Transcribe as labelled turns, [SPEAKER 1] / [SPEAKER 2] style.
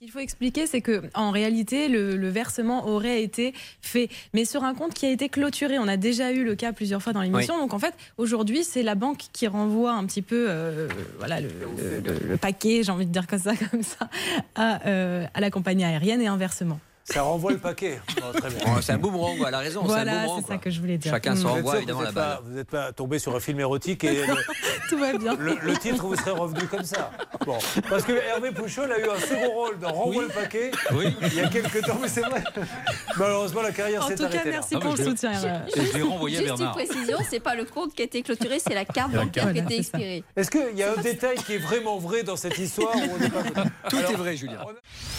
[SPEAKER 1] qu'il faut expliquer, c'est que en réalité, le, le versement aurait été fait, mais sur un compte qui a été clôturé. On a déjà eu le cas plusieurs fois dans l'émission. Donc en fait, aujourd'hui, c'est la banque qui renvoie un petit peu, euh, voilà, le, le- le- le paquet, j'ai envie de dire comme ça, comme ça, à, euh, à la compagnie aérienne et inversement.
[SPEAKER 2] Ça renvoie le paquet. Bon, très bien.
[SPEAKER 3] Oh, c'est un boomerang, quoi, elle a raison. c'est un
[SPEAKER 1] Voilà,
[SPEAKER 3] boomerang.
[SPEAKER 1] c'est ça
[SPEAKER 3] quoi.
[SPEAKER 1] que je voulais dire.
[SPEAKER 3] Chacun
[SPEAKER 1] Mm.
[SPEAKER 3] se
[SPEAKER 1] Vous
[SPEAKER 2] Vous êtes
[SPEAKER 3] renvoie
[SPEAKER 2] sûr que
[SPEAKER 3] évidemment
[SPEAKER 2] vous
[SPEAKER 3] la
[SPEAKER 2] n'êtes
[SPEAKER 3] balle.
[SPEAKER 2] pas, vous n'êtes pas tombé sur un film érotique et le,
[SPEAKER 1] Tout va bien.
[SPEAKER 2] le- le titre vous serait revenu comme ça. Bon, parce que Hervé Pouchol a eu un second rôle dans Renvoie le paquet
[SPEAKER 3] Oui.
[SPEAKER 2] il y a quelques temps, mais c'est vrai. Malheureusement, la carrière
[SPEAKER 1] En
[SPEAKER 2] s'est
[SPEAKER 1] tout
[SPEAKER 2] arrêtée
[SPEAKER 1] cas,
[SPEAKER 2] là.
[SPEAKER 1] merci
[SPEAKER 4] Ah,
[SPEAKER 1] pour
[SPEAKER 4] mais
[SPEAKER 1] le
[SPEAKER 4] je-
[SPEAKER 1] soutien.
[SPEAKER 4] je-
[SPEAKER 1] euh,
[SPEAKER 4] Et je l'ai renvoyé à
[SPEAKER 5] Juste une
[SPEAKER 4] Bernard.
[SPEAKER 5] précision, c'est pas le compte qui a été clôturé, c'est la carte bancaire qui a été expirée.
[SPEAKER 2] Est-ce qu'il y a un détail qui est vraiment vrai dans cette histoire où on n'est pas-
[SPEAKER 3] Tout est vrai, Julien.
[SPEAKER 2] On-